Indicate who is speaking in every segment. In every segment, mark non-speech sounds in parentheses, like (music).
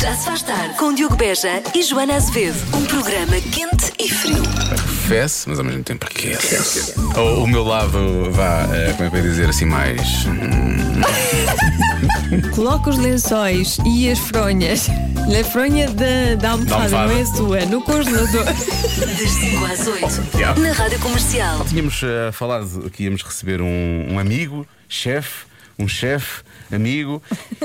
Speaker 1: Já se faz tarde com Diogo Beja e Joana Azevedo. Um programa quente e frio.
Speaker 2: Fesse, mas ao mesmo tempo aquece. O, o meu lado, vá, eh, como é que eu ia dizer assim, mais. hum,
Speaker 3: Coloca os lençóis e as fronhas (laughs) na fronha da, da almofada,
Speaker 2: Da almofada.
Speaker 3: não é sua, no (laughs) congelador.
Speaker 1: Das 5 às 8.
Speaker 2: Yeah.
Speaker 1: Na Rádio Comercial.
Speaker 2: Tínhamos eh, falado que íamos receber um, um amigo, chefe, um chefe, amigo,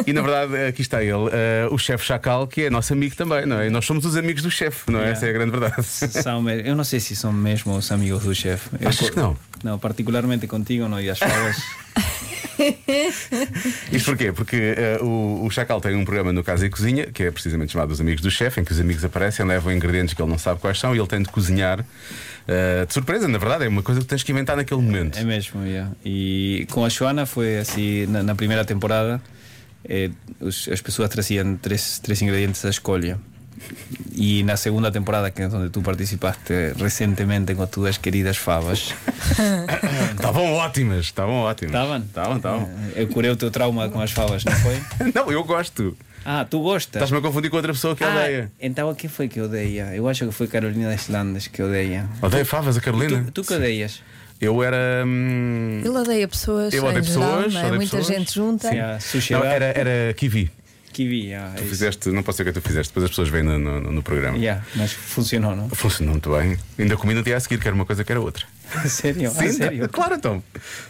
Speaker 2: e na verdade eh, aqui está ele, eh, o chefe Chacal, que é nosso amigo também, não é? E nós somos os amigos do chefe, não é? Essa é a grande verdade.
Speaker 4: São me- eu não sei se são mesmo os amigos do chefe. Eu
Speaker 2: Achas
Speaker 4: co-
Speaker 2: que não?
Speaker 4: Não, particularmente contigo não, e
Speaker 2: (laughs)
Speaker 4: as favas.
Speaker 2: Isto porquê? Porque eh, o, o Chacal tem um programa no Casa e Cozinha, que é precisamente chamado Os Amigos do Chefe, em que os amigos aparecem, levam ingredientes que ele não sabe quais são e ele tem de cozinhar. eh, de surpresa, na verdade, é uma coisa que tens que inventar naquele momento.
Speaker 4: é mesmo, yeah. E com a Joana foi assim, na, na primeira temporada, eh, os- as pessoas traziam três, três ingredientes à escolha. E na segunda temporada, que é onde tu participaste recentemente com as tuas queridas favas,
Speaker 2: (laughs) Estavam ótimas, estavam ótimas.
Speaker 4: estavam?
Speaker 2: Estavam, estavam.
Speaker 4: Eh, Eu curei o teu trauma com as favas, não foi?
Speaker 2: Não, eu gosto.
Speaker 4: Ah, tu gostas?
Speaker 2: Estás-me a confundir com outra pessoa que é
Speaker 4: ah,
Speaker 2: odeia.
Speaker 4: Então, o que foi que odeia? Eu acho que foi Carolina das Landes que odeia.
Speaker 2: Odeia favas, a Carolina?
Speaker 4: Tu, tu que odeias?
Speaker 2: Eu era. hum,
Speaker 3: Ele odeia pessoas,
Speaker 2: Eu odeio
Speaker 3: em geral,
Speaker 2: pessoas,
Speaker 3: não é?
Speaker 2: odeio
Speaker 3: muita
Speaker 2: pessoas.
Speaker 3: gente junta.
Speaker 4: Sim, é. a sushi
Speaker 2: não,
Speaker 4: bar,
Speaker 2: era, era Kiwi.
Speaker 4: kiwi, ah,
Speaker 2: Tu
Speaker 4: isso.
Speaker 2: fizeste, não posso dizer o que tu fizeste, depois as pessoas vêm no, no- no programa.
Speaker 4: Yeah, mas funcionou, (laughs) não?
Speaker 2: Funcionou muito bem. Ainda comi no dia a seguir, que era uma coisa que era outra.
Speaker 4: sério? Ah,
Speaker 2: Sim,
Speaker 4: sério?
Speaker 2: Claro, então.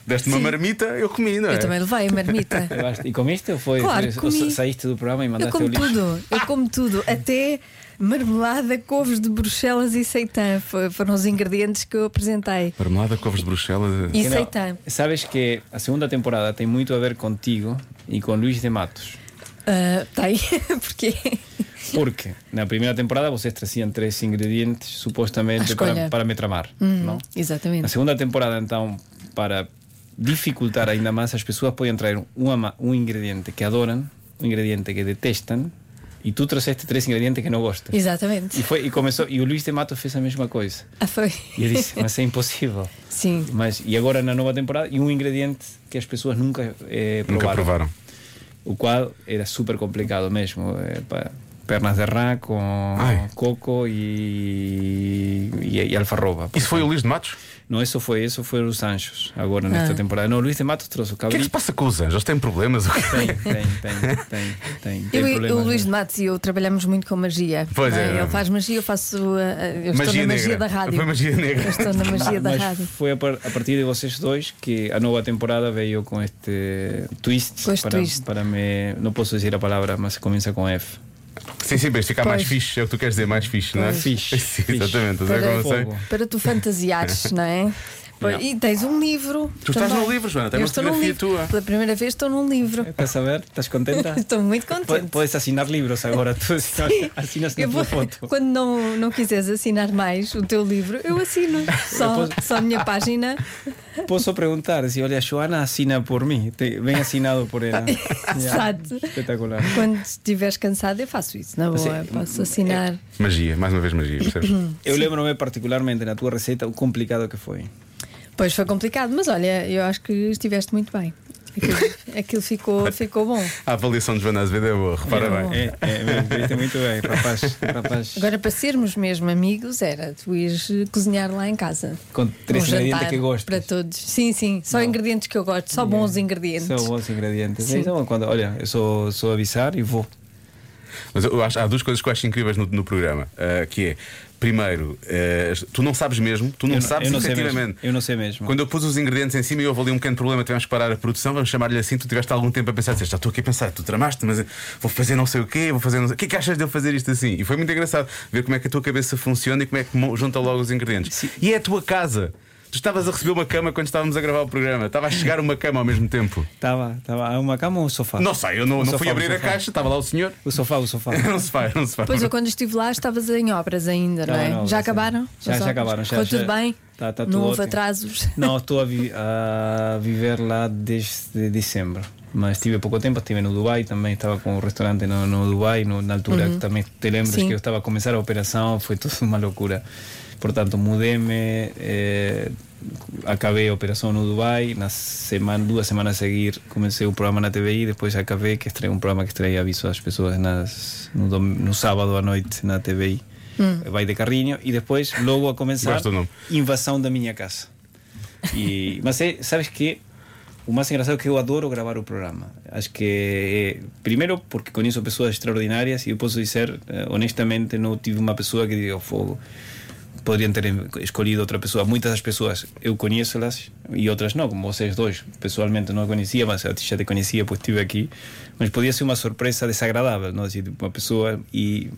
Speaker 2: Deste uma marmita, eu comi, não é?
Speaker 3: Eu também levei a
Speaker 4: (laughs)
Speaker 3: marmita.
Speaker 4: Levaste- E comeste ou foi?
Speaker 3: Claro,
Speaker 4: ou sa-
Speaker 3: comi.
Speaker 4: saíste do programa e
Speaker 3: Eu
Speaker 4: mandaste o
Speaker 3: como
Speaker 4: lixo?
Speaker 3: tudo, eu como tudo, até marmelada, couves de Bruxelas e seitã. Fo- Foram os ingredientes que eu apresentei.
Speaker 2: Marmelada, covas de Bruxelas. eh,
Speaker 3: E
Speaker 4: Que não,
Speaker 3: seitã.
Speaker 4: Sabes que a segunda temporada tem muito a ver contigo e com Luís de Matos.
Speaker 3: Ah, tem, (laughs) porque
Speaker 4: Porque na primeira temporada vocês traziam três ingredientes supostamente
Speaker 3: A
Speaker 4: para,
Speaker 3: escolha. Hum.
Speaker 4: para me tramar, não? Assim, Na
Speaker 3: Exatamente.
Speaker 4: segunda temporada, então, para dificultar ainda mais, as pessoas podem trazer uma, um ingrediente que adoram, um ingrediente que detestam, e tu trouxeste três ingredientes que não gostas.
Speaker 3: Exatamente.
Speaker 4: E, foi, e começou, e o Luís de Matos fez a mesma coisa.
Speaker 3: Ah, foi.
Speaker 4: E eu disse, mas é impossível.
Speaker 3: Sim.
Speaker 4: Mas, e agora na nova temporada, e um ingrediente que as pessoas nunca, eh, provaram,
Speaker 2: Nunca provaram.
Speaker 4: O qual era super complicado mesmo. eh, pa- pernas de rã com
Speaker 2: Ai.
Speaker 4: coco e, e, e alfarroba. por
Speaker 2: Isso foi o Luís de Matos?
Speaker 4: não, eso fue, eso fueron los anjos agora nesta
Speaker 3: Ah.
Speaker 4: temporada. Não, Luís de Matos trouxe o
Speaker 2: O que é que
Speaker 4: cabrito.
Speaker 2: se passa com os anjos? Têm problemas?
Speaker 4: Tem, tem, tem, tem, tem. tem
Speaker 3: Eu, e- o
Speaker 4: problemas,
Speaker 3: Luís de
Speaker 4: né?
Speaker 3: Matos e eu trabalhamos muito com magia.
Speaker 2: Pois
Speaker 3: não
Speaker 2: é, é.
Speaker 3: Ele faz magia, eu faço. uh, uh, eu estou na magia da rádio.
Speaker 2: Foi magia
Speaker 3: Eu
Speaker 2: negra.
Speaker 3: estou na magia da
Speaker 4: Mas
Speaker 3: rádio.
Speaker 4: foi a, par- a partir de vocês dois que a nova temporada veio com este twist.
Speaker 3: Com este
Speaker 4: para,
Speaker 3: twist.
Speaker 4: para me. Não posso dizer a palavra, mas começa com F.
Speaker 2: Sim, sim, para isto ficar mais
Speaker 3: Pois.
Speaker 2: fixe. É o que tu queres dizer, mais fixe, não é?
Speaker 4: Pois. Fixe,
Speaker 2: (laughs) Sim,
Speaker 4: fixe.
Speaker 2: Exatamente. Estás a ver
Speaker 3: Para-
Speaker 2: como eu sei?
Speaker 4: Fogo.
Speaker 3: Para
Speaker 2: (laughs)
Speaker 3: tu fantasiares, não é? Pois, E tens um livro.
Speaker 2: Tu estás
Speaker 3: também.
Speaker 2: num livro, Joana, tem
Speaker 3: Eu
Speaker 2: uma
Speaker 3: estou num
Speaker 2: fotografia
Speaker 3: livro.
Speaker 2: tua.
Speaker 3: Pela primeira vez estou num livro.
Speaker 4: Estás a ver?
Speaker 3: (laughs)
Speaker 4: Estás contenta?
Speaker 3: Estou muito
Speaker 4: Po-
Speaker 3: contente.
Speaker 4: Podes assinar livros agora. Tu (laughs) assinas na
Speaker 3: Eu vou- (laughs)
Speaker 4: tua foto.
Speaker 3: Quando não, não quiseres assinar mais o teu livro, eu
Speaker 2: (laughs)
Speaker 3: assino. Só,
Speaker 4: Eu posso-
Speaker 3: só a minha página.
Speaker 4: Posso perguntar se, olha, Joana assina por mim. Te- Vem assinado
Speaker 2: É.
Speaker 3: (laughs)
Speaker 4: por ela.
Speaker 3: Exato.
Speaker 4: Espetacular.
Speaker 3: Quando estiveres cansado, eu faço isso. Na boa,
Speaker 4: Assim,
Speaker 3: posso assinar.
Speaker 2: Magia, mais uma vez magia, percebes?
Speaker 4: Eu lembro-me particularmente na tua receita o complicado que foi.
Speaker 3: Pois foi complicado, mas olha, eu acho que estiveste muito bem.
Speaker 4: (laughs)
Speaker 3: Aquilo, aquilo ficou, ficou bom.
Speaker 2: A avaliação de Joana Azevedo é boa, repara
Speaker 3: É
Speaker 2: bem.
Speaker 4: É, é, é muito bem, eh, rapaz. rapaz.
Speaker 3: Agora, para sermos mesmo amigos, era tu ires eh, cozinhar lá em casa.
Speaker 4: Com três
Speaker 3: Um
Speaker 4: ingredientes
Speaker 3: jantar
Speaker 4: que gostas.
Speaker 3: Para todos. Sim, sim, só ingredientes que eu gosto, só bons ingredientes.
Speaker 4: São bons ingredientes.
Speaker 3: Sim.
Speaker 4: Então, quando, olha, eu sou, sou avisar e vou.
Speaker 2: Mas eu acho, há duas coisas que eu acho incríveis no, no programa: ah, que é, primeiro, ah, tu não sabes mesmo, tu não
Speaker 4: eu, não-
Speaker 2: sabes
Speaker 4: eu não sei mesmo.
Speaker 2: efetivamente.
Speaker 4: Eu não sei mesmo.
Speaker 2: Quando eu pus os ingredientes em cima e houve ali um pequeno problema, tivemos que parar a produção, vamos chamar-lhe assim, tu tiveste algum tempo a pensar, disseste, já estou aqui a pensar, tu tramaste, mas vou fazer não sei o quê, vou fazer não sei o que é que achas de eu fazer isto assim? E foi muito engraçado ver como é que a tua cabeça funciona e como é que mo- junta logo os ingredientes. E é a tua casa. Tu estavas a receber uma cama quando estávamos a gravar o programa, estava a chegar uma cama ao mesmo tempo.
Speaker 4: Estava, estava. Há uma cama ou um sofá?
Speaker 2: Não sei, eu não,
Speaker 4: O
Speaker 2: não
Speaker 4: sofá,
Speaker 2: fui abrir
Speaker 4: o
Speaker 2: a
Speaker 4: sofá.
Speaker 2: caixa, estava lá o senhor. (laughs)
Speaker 4: O sofá, o sofá.
Speaker 2: Não se faz, não se faz.
Speaker 3: Pois eu quando estive lá estavas em obras ainda, não, é?
Speaker 4: Estava em obras,
Speaker 3: já
Speaker 4: sim.
Speaker 3: acabaram?
Speaker 4: Já-
Speaker 3: As
Speaker 4: já
Speaker 3: obras?
Speaker 4: acabaram, já-
Speaker 3: Ficou tudo
Speaker 4: já-
Speaker 3: bem?
Speaker 4: tá- tá tudo
Speaker 3: não houve (laughs)
Speaker 4: ótimo.
Speaker 3: atrasos?
Speaker 4: Não, estou a, vi- a viver lá desde dezembro. Mas estive pouco tempo, estive no Dubai também, estava com o restaurante no, no Dubai, no- na altura que também te lembras
Speaker 3: Sim.
Speaker 4: que eu estava a começar a operação, foi tudo uma loucura. Portanto, mudei-me, eh, acabei a operação no Dubai, na semana, duas semanas a seguir comecei o programa na TVI, depois acabei, que estreia um programa que estreia aviso às pessoas nas, no, dom- no sábado à noite na TVI. Vai de carrinho e depois, logo a começar,
Speaker 2: Gosto do nome.
Speaker 4: invasão da minha casa. E, mas é, sabes que o mais engraçado é que eu adoro gravar o programa. Acho que, é, primeiro, porque conheço pessoas extraordinárias e eu posso dizer, eh, honestamente, não tive uma pessoa que diga fogo. Poderiam ter em- escolhido outra pessoa. Muitas das pessoas eu conheço-las e outras não, como vocês dois. Pessoalmente não a conhecia, mas a ti já te conhecia, pois estive aqui. Mas podia ser uma surpresa desagradável, não? Assim, tipo, uma pessoa e.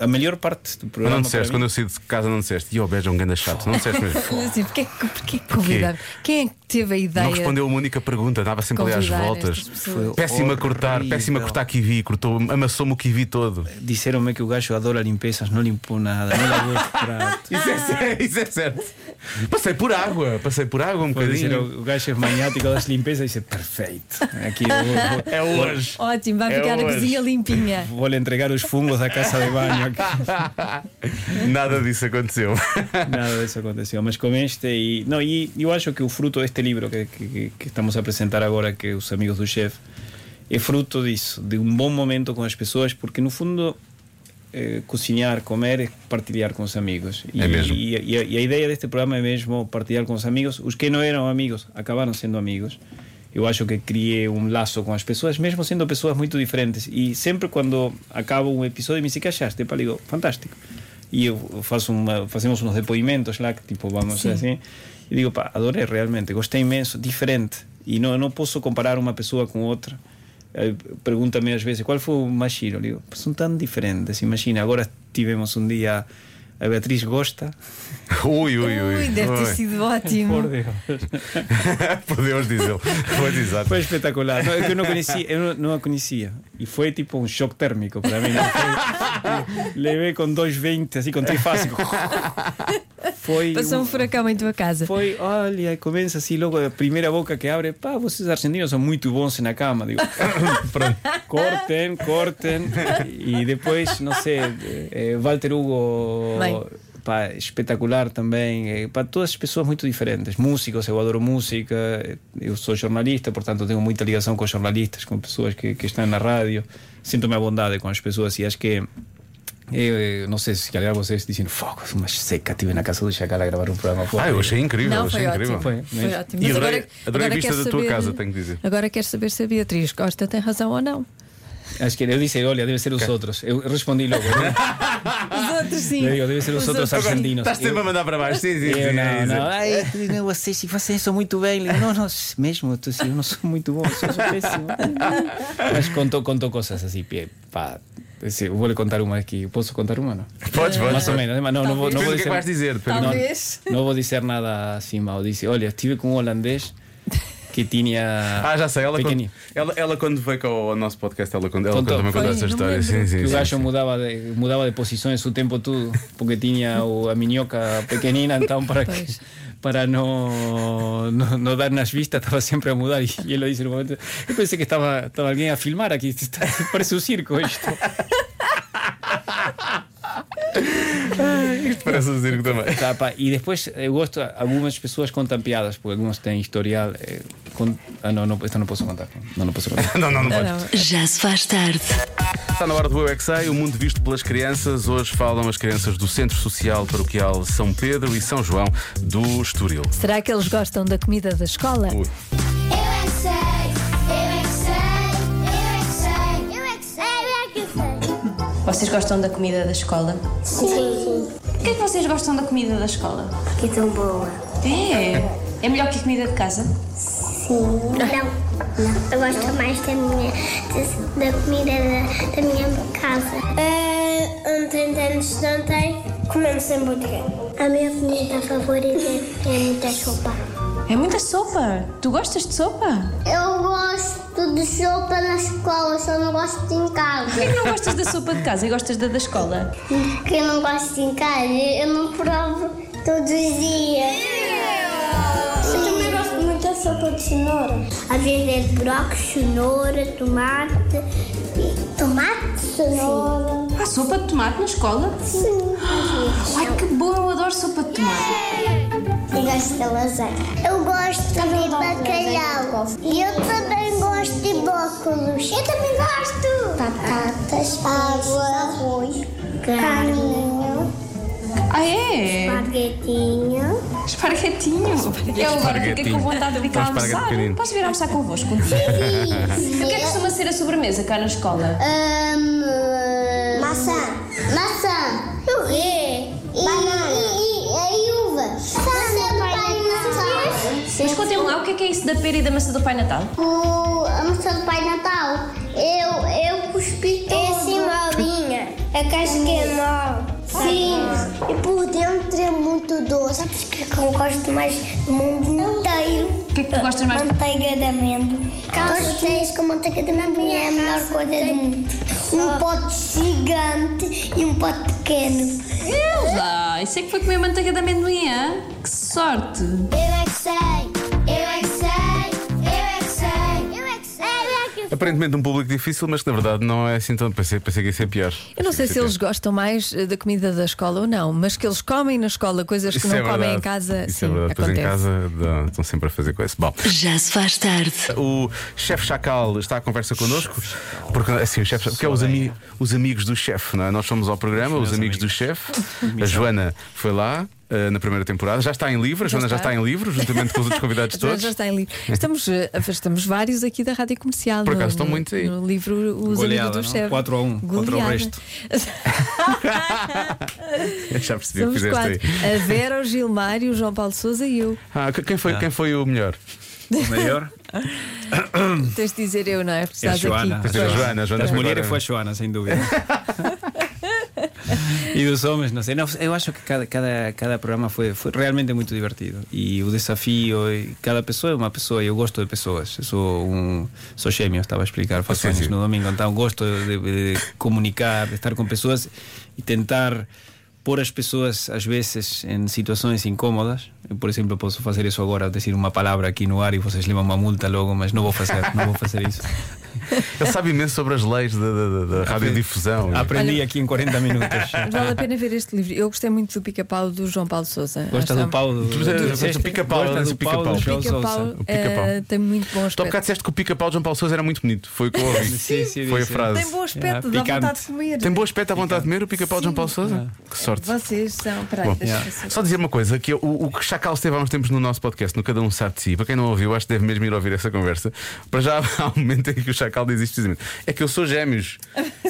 Speaker 4: a- A melhor parte do
Speaker 2: Mas
Speaker 4: programa.
Speaker 2: não
Speaker 4: para
Speaker 2: disseste,
Speaker 4: mim-
Speaker 2: quando eu saí de casa, não disseste. E o beijo é um ganda chato. Não disseste mesmo.
Speaker 3: Assim, porquê, que- porquê que convidaram? Quem é que teve a ideia?
Speaker 2: Não respondeu uma única pergunta, dava sempre ali às
Speaker 3: Convidar
Speaker 2: voltas.
Speaker 3: estas pessoas.
Speaker 2: Péssima a
Speaker 4: Horrível.
Speaker 2: cortar, péssima a cortar kiwi, cortou, amassou-me o kiwi todo.
Speaker 4: Disseronme que o gajo adora limpezas, não limpou nada, não (laughs) lavou os pratos.
Speaker 2: Isso
Speaker 3: Ah.
Speaker 2: é, certo, isso é certo. Passei por água, passei por água um
Speaker 4: Pode dizer,
Speaker 2: bocadinho.
Speaker 4: o gajo é "Oh, maniático das limpezas e disse: perfeito. Aqui eu vou,
Speaker 2: É hoje.
Speaker 3: Ótimo, vai
Speaker 2: É
Speaker 3: ficar a
Speaker 2: hoje.
Speaker 3: cozinha limpinha.
Speaker 4: vou- vou lhe entregar os fungos da casa de banho. Aqui.
Speaker 2: Nada disso aconteceu. (laughs)
Speaker 4: Nada disso aconteceu. Mas com este, e, não, e eu acho que o fruto deste livro que, que- que estamos a apresentar agora, que é Os Amigos do Chefe, é fruto disso, de um bom momento com as pessoas, porque no fundo. eh, cozinhar, comer é partilhar com os amigos. E,
Speaker 2: É mesmo.
Speaker 4: E, e a, e a ideia deste programa é mesmo partilhar com os amigos. Os que não eram amigos acabaram sendo amigos. Eu acho que criei um laço com as pessoas, mesmo sendo pessoas muito diferentes. E sempre quando acabo um episódio, me dizem que achaste, eu digo, fantástico. E eu faço uma, fazemos uns depoimentos lá, que tipo, vamos assim. E digo, pá, adorei realmente, gostei imenso, diferente. E não, não posso comparar uma pessoa com outra. Eh, Pergunta-me às vezes qual foi o mais giro. Eu digo, "Pues são tão diferentes. Imagina, agora tivemos um dia. A Beatriz gosta.
Speaker 2: Ui, ui, ui.
Speaker 3: Ui, deve ter
Speaker 2: (laughs)
Speaker 3: sido ótimo.
Speaker 4: (laughs) Deus.
Speaker 2: Podemos dizê-lo. Pois exato.
Speaker 4: Foi espetacular. Não, eu não conhecia, eu não- não a conhecia. E foi tipo um choque térmico para mim. não foi? Levei com 2,20, assim, com trifásico. Foi.
Speaker 3: Passou um
Speaker 4: um-
Speaker 3: furacão em tua casa.
Speaker 4: Foi, olha, e começa assim, logo a primeira boca que abre, pá, vocês argentinos são muito bons na cama. Digo, pronto, cortem, cortem. E depois, não sei, eh, Walter Hugo,
Speaker 3: Bem.
Speaker 4: pá, espetacular também. eh, Pá, todas as pessoas muito diferentes, músicos, eu adoro música, eh, eu sou jornalista, portanto tenho muita ligação com jornalistas, com pessoas que, que estão na rádio. Sinto-me à bondade com as pessoas e acho que eh, eu, não sei se calhar vocês dizem, fogo, uma seca, estive na casa do Chacal a gravar um programa. Pô,
Speaker 2: Ah, eu achei incrível.
Speaker 3: Não,
Speaker 2: achei
Speaker 3: foi
Speaker 2: incrível.
Speaker 3: ótimo. Foi,
Speaker 4: Foi, mas-
Speaker 3: ótimo.
Speaker 2: E
Speaker 3: Mas
Speaker 2: adorei-
Speaker 3: agora-
Speaker 2: adorei a
Speaker 3: agora
Speaker 2: vista
Speaker 3: quero
Speaker 2: da tua
Speaker 3: saber-
Speaker 2: casa, tenho que dizer.
Speaker 3: Agora quero saber se a Beatriz Costa tem razão ou não.
Speaker 4: Acho Ah, que eu disse, olha, deve ser os outros. Eu respondi logo.
Speaker 2: (laughs)
Speaker 4: né?
Speaker 3: Os outros sim.
Speaker 4: Eu digo, deve ser os outros argentinos.
Speaker 2: Estás sempre a mandar para baixo. Sim, sim, sim.
Speaker 4: Eu
Speaker 2: é
Speaker 4: não,
Speaker 2: isso.
Speaker 4: não. Ai, não, vocês fazem isso muito bem. Eu, Não, não, mesmo, tu, eu não sou muito bom, sou
Speaker 2: (laughs)
Speaker 4: péssimo. Mas contou, contou coisas assim, pé, pá. Sim, vou lhe contar uma aqui. Posso contar uma? Não?
Speaker 2: Podes, podes.
Speaker 4: Mais ou menos. Mas Não, não vou, não
Speaker 2: Depende
Speaker 4: vou
Speaker 2: do que é que
Speaker 4: dizer.
Speaker 2: vais dizer. depende.
Speaker 3: Talvez.
Speaker 4: Não vou dizer nada assim mal. Disse, olha, estive com um holandês que tinha.
Speaker 2: Ah, já sei, ela quando,
Speaker 4: pequeni-
Speaker 2: ela, ela quando veio cá ao ao nosso podcast, ela, quando, ela
Speaker 4: Contou.
Speaker 2: também contou
Speaker 3: Foi,
Speaker 2: essa
Speaker 3: não me
Speaker 2: história. Sim,
Speaker 3: lembro.
Speaker 2: sim,
Speaker 4: Que o
Speaker 2: sim,
Speaker 4: gajo é um mudava de, mudava de posições o tempo todo, porque tinha o- a minhoca pequenina, então para, que- para não, não, não dar nas vistas, estava sempre a mudar. E ele disse no momento: Eu pensei que estava, estava alguém a filmar aqui, (laughs) está- parece um circo isto.
Speaker 2: Isto parece
Speaker 4: (laughs)
Speaker 2: um circo também.
Speaker 4: Tá, pá, E depois eu gosto, algumas pessoas contam piadas, porque algumas têm historial. eh, con- ah, não, não, esta não posso contar. Não, não posso contar.
Speaker 2: (laughs) Não, não, não
Speaker 3: Não,
Speaker 2: pode.
Speaker 3: não.
Speaker 1: Já se faz tarde.
Speaker 2: Está na hora do Eu É Que Sei, o mundo visto pelas crianças. Hoje falam as crianças do Centro Social Paroquial São Pedro e São João do Estoril.
Speaker 3: Será que eles gostam da comida da escola?
Speaker 2: Ui.
Speaker 5: Eu é que sei, eu é que sei, eu é que sei, eu é que sei, eu
Speaker 6: Vocês gostam da comida da escola?
Speaker 5: é que sei. Sim.
Speaker 6: Porquê é que vocês gostam da comida da escola?
Speaker 5: Que tão boa.
Speaker 6: É. É melhor que a comida de casa?
Speaker 5: Sim. Não. Eu gosto mais da minha, da comida da, da minha casa. ontem, antes de ontem, comemos hambúrguer. A minha comida favorita é muita sopa.
Speaker 6: É muita sopa. Tu gostas de sopa?
Speaker 5: Eu gosto de sopa na escola, só não gosto de em casa.
Speaker 6: Porquê que não gostas da sopa de casa e gostas da da escola?
Speaker 5: Porque eu não gosto de encarar, eu não provo todos os dias. Eu também gosto muito da sopa de cenoura. Às vezes é de brócolis, cenoura, tomate. Tomate? Cenoura.
Speaker 6: Há sopa de tomate na escola?
Speaker 5: Sim.
Speaker 6: Ai que bom, eu adoro sopa de tomate.
Speaker 5: Eu gosto da lasanha. Eu gosto de bacalhau. E eu também gosto de brócolis. Eu também gosto. Batatas, água, arroz, carninho,
Speaker 6: Ah é?
Speaker 5: esparguetinho.
Speaker 6: Esparguetinho. Eu agora fiquei com vontade de vir cá
Speaker 2: Um esparguete
Speaker 6: almoçar.
Speaker 2: pequenino.
Speaker 6: Posso vir almoçar
Speaker 5: (laughs)
Speaker 6: convosco? O que é que costuma ser a sobremesa cá na escola?
Speaker 5: Maçã. Maçã. Churê. Banana. E, e, e uva. Maçã do Pai Natal.
Speaker 6: Mas contem lá o que é que é isso da pera e da maçã do Pai Natal?
Speaker 5: O, a maçã do Pai Natal. Eu, eu cuspi todo. É assim molinha. A casca é nova. Sim. E por dentro é muito doce. Sabe o que eu gosto mais do mundo inteiro?
Speaker 6: O que é que tu gostas mais?
Speaker 5: Manteiga de amêndoa. Calcetinhas com manteiga de amêndoa é a melhor coisa do mundo. Um pote gigante e um pote pequeno.
Speaker 6: Lá, isso é que foi comer manteiga de amendoim, hã? Que sorte!
Speaker 5: Eu é que sei, eu é que sei, eu é que sei, eu é que sei.
Speaker 2: Aparentemente um público difícil, mas que na verdade não é assim tão. Pensei, pensei que ia ser pior.
Speaker 3: Eu não sei
Speaker 2: é
Speaker 3: se eles gostam mais eh, da comida da escola ou não, mas que eles comem na escola coisas que
Speaker 2: Isso
Speaker 3: não
Speaker 2: é
Speaker 3: comem
Speaker 2: verdade.
Speaker 3: em casa,
Speaker 2: Isso
Speaker 3: sim,
Speaker 2: é verdade. Depois
Speaker 3: acontece.
Speaker 2: em casa dá- estão sempre a fazer coisa. Bom,
Speaker 1: Já se faz tarde.
Speaker 2: o chefe Chacal está à conversa connosco. Porque, assim, o chefe, porque é os, ami- os amigos do chefe, não é? Nós fomos ao programa, os amigos do chefe. A Joana foi lá. eh, na primeira temporada, já está em livro, a Joana já
Speaker 3: está.
Speaker 2: está em livro, juntamente com os outros convidados
Speaker 3: Então,
Speaker 2: todos.
Speaker 3: (laughs) Já está em livro. Estamos, eh, estamos vários aqui da Rádio Comercial.
Speaker 2: Por acaso
Speaker 3: no-
Speaker 2: estão
Speaker 3: no-
Speaker 2: muitos aí.
Speaker 3: No livro Os
Speaker 4: Goleada,
Speaker 3: Amigos do
Speaker 4: não?
Speaker 3: Chefe.
Speaker 4: 4 a 1 contra o
Speaker 3: Goleada. (laughs)
Speaker 4: resto.
Speaker 2: Já percebi o que
Speaker 3: Somos
Speaker 2: fizeste
Speaker 3: quatro.
Speaker 2: aí.
Speaker 3: A Vera, o Gilmar e o João Paulo Souza e eu.
Speaker 2: Ah, que- quem, foi, quem foi o melhor?
Speaker 4: Maior?
Speaker 3: Tens de dizer eu, não é? Porque
Speaker 4: É a
Speaker 3: estás
Speaker 4: Joana.
Speaker 3: aqui.
Speaker 2: Pois Hum. é, a Joana, a Joana
Speaker 4: das
Speaker 2: foi
Speaker 4: mulheres
Speaker 2: agora.
Speaker 4: foi a Joana, sem (laughs) dúvida. e dos homens, não sei. Não, eu acho que cada, cada, cada programa foi, foi realmente muito divertido. E o desafio, e cada pessoa é uma pessoa, e eu gosto de pessoas. Eu sou um. Sou gêmeo, estava a explicar, faço
Speaker 2: Sim,
Speaker 4: anos
Speaker 2: sim.
Speaker 4: no domingo, então gosto de, de comunicar, de estar com pessoas e tentar pôr as pessoas às vezes em situações incômodas. Eu, por exemplo, posso fazer isso agora, dizer uma palavra aqui no ar e vocês levam uma multa logo, mas não vou fazer, não vou fazer isso.
Speaker 2: Ele sabe imenso sobre as leis da, da, da, da radiodifusão.
Speaker 4: Aprendi aqui em 40 minutos.
Speaker 3: Vale a pena ver este livro. Eu gostei muito do pica-pau do João Paulo Souza.
Speaker 4: Gosta do pau do,
Speaker 2: Tu gostas do
Speaker 4: disseste?
Speaker 2: pica-pau,
Speaker 4: Gosta
Speaker 2: disse
Speaker 4: do pau
Speaker 2: pica-pau.
Speaker 4: do
Speaker 3: O
Speaker 4: João
Speaker 3: pica-pau
Speaker 4: Souza.
Speaker 2: O pica-pau.
Speaker 3: eh, tem muito
Speaker 2: Tu há
Speaker 3: bom
Speaker 2: bocado
Speaker 3: aspecto.
Speaker 2: disseste que o pica-pau de João Paulo Souza era muito bonito. Foi o que eu ouvi.
Speaker 4: Sim, sim,
Speaker 2: Foi a
Speaker 4: sim.
Speaker 2: frase.
Speaker 3: Tem bom aspecto,
Speaker 4: Yeah,
Speaker 3: dá vontade
Speaker 4: picante.
Speaker 3: de comer.
Speaker 2: É, Tem bom aspecto à vontade de comer o pica-pau de João Paulo Souza? Que sorte.
Speaker 3: Vocês são. Peraí,
Speaker 2: Bom, é.
Speaker 3: deixa eu ver.
Speaker 2: Só dizer uma coisa: que o, o que Chacal esteve há uns tempos no nosso podcast, no Cada Um Sabe de Si, para quem não ouviu, acho que deve mesmo ir ouvir essa conversa. Para já (laughs) há um momento em que o Chacal diz isto precisamente: é que eu sou
Speaker 3: (laughs)
Speaker 2: gêmeos.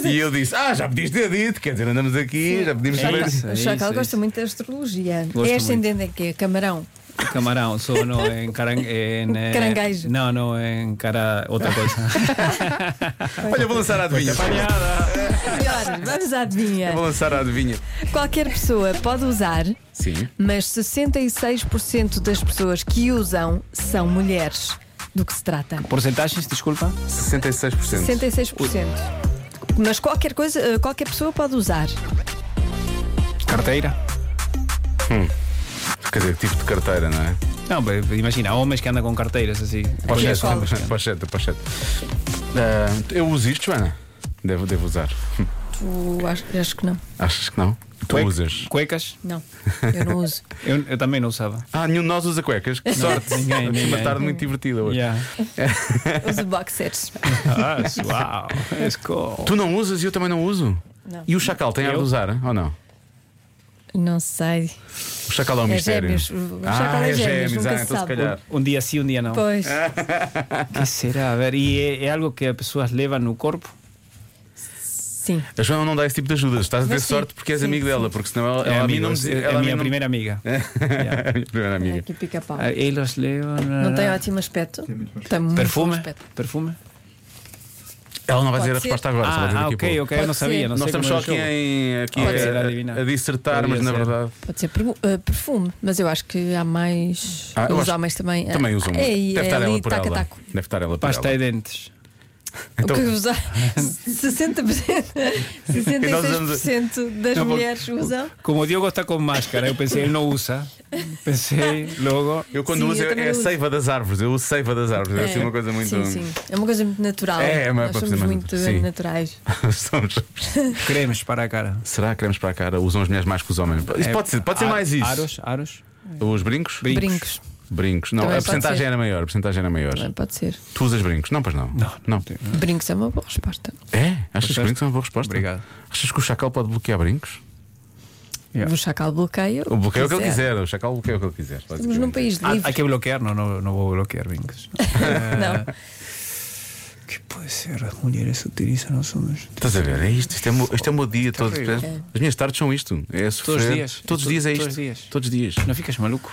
Speaker 2: e eu disse: ah, já podias ter dito, quer dizer, andamos aqui, já pedimos
Speaker 4: É
Speaker 2: saber.
Speaker 4: isso.
Speaker 3: O Chacal
Speaker 4: isso.
Speaker 3: gosta muito da astrologia. é
Speaker 4: Gosto muito.
Speaker 3: ascendente em quê? Camarão.
Speaker 4: Camarão, só no, em, caran, en, eh,
Speaker 3: Caranguejo.
Speaker 4: Não, não, em cara. outra coisa.
Speaker 2: Olha, vou lançar a adivinha.
Speaker 3: Melhor, vamos à
Speaker 2: Vou
Speaker 3: adivinha.
Speaker 2: lançar a adivinha.
Speaker 3: Qualquer pessoa pode usar,
Speaker 2: Sim.
Speaker 3: mas 66% das pessoas que usam são mulheres. Do que se trata?
Speaker 4: Porcentagens, desculpa.
Speaker 2: 66%.
Speaker 3: 66%. Mas qualquer coisa, eh, qualquer pessoa pode usar.
Speaker 4: Carteira.
Speaker 2: Quer dizer, tipo de carteira, não é?
Speaker 4: Não, bem, imagina, homens que andam com carteiras assim.
Speaker 2: Pochete,
Speaker 3: qual?
Speaker 2: pochete, pochete, pochete. Ah, eu uso isto, Joana? Devo, devo usar. (laughs)
Speaker 3: Tu acho, acho que não.
Speaker 2: Achas que não? Tu
Speaker 4: Cuec-
Speaker 2: usas.
Speaker 4: Cuecas.
Speaker 3: Não, eu não uso.
Speaker 4: Eu, eu também não usava.
Speaker 2: Ah, nenhum de nós usa cuecas. Que sorte.
Speaker 4: ninguém,
Speaker 2: Foi Uma
Speaker 4: ninguém.
Speaker 2: tarde muito divertida hoje.
Speaker 4: Yeah.
Speaker 3: (laughs) Uso boxers.
Speaker 4: Ah, (laughs) uau, it's cool.
Speaker 2: Tu não usas e eu também não uso?
Speaker 3: Não.
Speaker 2: E o chacal tem ar
Speaker 4: Eu?
Speaker 2: de usar, hein? ou não?
Speaker 3: Não sei.
Speaker 2: O chacal é um
Speaker 3: É
Speaker 2: mistério.
Speaker 3: gêmeos. O
Speaker 2: ah,
Speaker 3: chacal é gêmeos, nunca
Speaker 2: ah,
Speaker 3: se
Speaker 2: então se
Speaker 3: sabe.
Speaker 2: calhar.
Speaker 4: Um dia sim, um dia não.
Speaker 3: Pois.
Speaker 4: Que será? A ver, e é, é algo que as pessoas levam no corpo?
Speaker 3: Sim.
Speaker 2: A Joana não dá esse tipo de ajudas. Estás a ter
Speaker 3: Mas sim,
Speaker 2: sorte porque és
Speaker 3: sim,
Speaker 2: amigo
Speaker 3: sim.
Speaker 2: dela, porque senão ela,
Speaker 4: É,
Speaker 2: ela a mim
Speaker 4: amigo,
Speaker 2: não me
Speaker 4: é
Speaker 2: dizia-
Speaker 4: Eh, a
Speaker 2: ela
Speaker 4: minha
Speaker 2: mim não-
Speaker 4: primeira amiga.
Speaker 2: É a minha primeira
Speaker 3: É
Speaker 2: amiga.
Speaker 3: aqui pica-pau.
Speaker 4: Ah, Eles levam.
Speaker 3: Não tem ótimo aspecto. Tem
Speaker 2: Mm,
Speaker 3: muito bom
Speaker 4: Perfume?
Speaker 3: aspecto.
Speaker 4: Perfume?
Speaker 2: Ela não vai
Speaker 3: Pode
Speaker 2: dizer a
Speaker 3: ser.
Speaker 2: resposta agora, só vai dizer
Speaker 4: Ah,
Speaker 2: daqui a
Speaker 4: ok,
Speaker 2: pouco.
Speaker 4: ok, eu não
Speaker 3: Pode ser.
Speaker 4: sabia. Não
Speaker 2: Nós
Speaker 4: sei
Speaker 2: estamos
Speaker 4: como
Speaker 2: só
Speaker 4: é o
Speaker 2: aqui,
Speaker 4: jogo.
Speaker 2: em, aqui
Speaker 4: Pode
Speaker 2: a-
Speaker 4: ser,
Speaker 2: a-
Speaker 4: adivinar.
Speaker 2: a, dissertar,
Speaker 4: Poderia
Speaker 2: mas na
Speaker 4: ser.
Speaker 2: verdade.
Speaker 3: Pode ser pergu- eh, perfume, mas eu acho que há mais.
Speaker 2: Ah, eu
Speaker 3: os
Speaker 2: acho-
Speaker 3: homens também. eh,
Speaker 2: Também usam muito.
Speaker 3: É,
Speaker 2: Deve
Speaker 3: é
Speaker 2: estar
Speaker 3: ali,
Speaker 2: ela por
Speaker 3: taca,
Speaker 2: ela.
Speaker 3: taco.
Speaker 2: Deve estar ela por
Speaker 4: Pasta
Speaker 2: ela.
Speaker 4: e dentes.
Speaker 2: Então-
Speaker 3: o que (laughs) usar 60%, 66% das
Speaker 4: No, porque-
Speaker 3: mulheres usam.
Speaker 4: Como Diogo está con máscara, yo pensé, él no
Speaker 2: (laughs)
Speaker 4: usa. Pensé, luego.
Speaker 2: Eu quando
Speaker 3: Sim,
Speaker 2: uso
Speaker 3: eu
Speaker 2: é,
Speaker 3: também
Speaker 2: é a
Speaker 3: uso.
Speaker 2: seiva das árvores, eu uso seiva das árvores, é, assim uma coisa muito.
Speaker 3: Sim, sim. É uma coisa muito natural.
Speaker 2: É, é uma
Speaker 3: Nós
Speaker 2: coisa
Speaker 3: somos
Speaker 2: muito-
Speaker 3: muito
Speaker 2: sim.
Speaker 3: naturais.
Speaker 2: Somos-
Speaker 4: Cremes para a cara.
Speaker 2: Será que queremos para a cara? Usam as mulheres mais que os homens? Isso
Speaker 4: É,
Speaker 2: pode ser, pode ser
Speaker 4: ar-
Speaker 2: mais isso.
Speaker 4: Aros, aros.
Speaker 2: Os brincos?
Speaker 4: Brincos.
Speaker 3: Brincos.
Speaker 2: Brincos. Não,
Speaker 3: Também
Speaker 2: a
Speaker 3: pode
Speaker 2: porcentagem
Speaker 3: ser.
Speaker 2: era maior, a porcentagem era maior.
Speaker 3: Também pode ser.
Speaker 2: Tu usas brincos? Não, pois não.
Speaker 4: Não,
Speaker 2: Ah.
Speaker 3: Brincos é uma boa resposta.
Speaker 2: É? Achas que
Speaker 4: Gostaste?
Speaker 2: brincos é uma boa resposta?
Speaker 4: Obrigado.
Speaker 2: Achas que o chacal pode bloquear brincos?
Speaker 4: Yeah.
Speaker 3: O chacal bloqueia.
Speaker 2: O bloqueio é o que ele quiser, o chacal bloqueia o que ele quiser.
Speaker 3: Estamos num país
Speaker 4: Ah,
Speaker 3: livre.
Speaker 4: Hay que bloquear, no, no, no voy a
Speaker 2: (laughs)
Speaker 4: bloquear, Vinks.
Speaker 2: Ah.
Speaker 3: Não.
Speaker 4: ¿Qué puede ser? Las mujeres utilizan los hombres.
Speaker 2: Estás a ver? É isto, isto é, o meu- isto é o meu dia todo.
Speaker 4: horrível.
Speaker 2: percebes?
Speaker 3: É.
Speaker 2: As minhas tardes são isto. É sofrer.
Speaker 4: Todos os dias.
Speaker 2: Todos os
Speaker 4: É
Speaker 2: dias é
Speaker 4: to-
Speaker 2: isto.
Speaker 4: todos os dias.
Speaker 2: Todos os dias.
Speaker 4: No ficas maluco.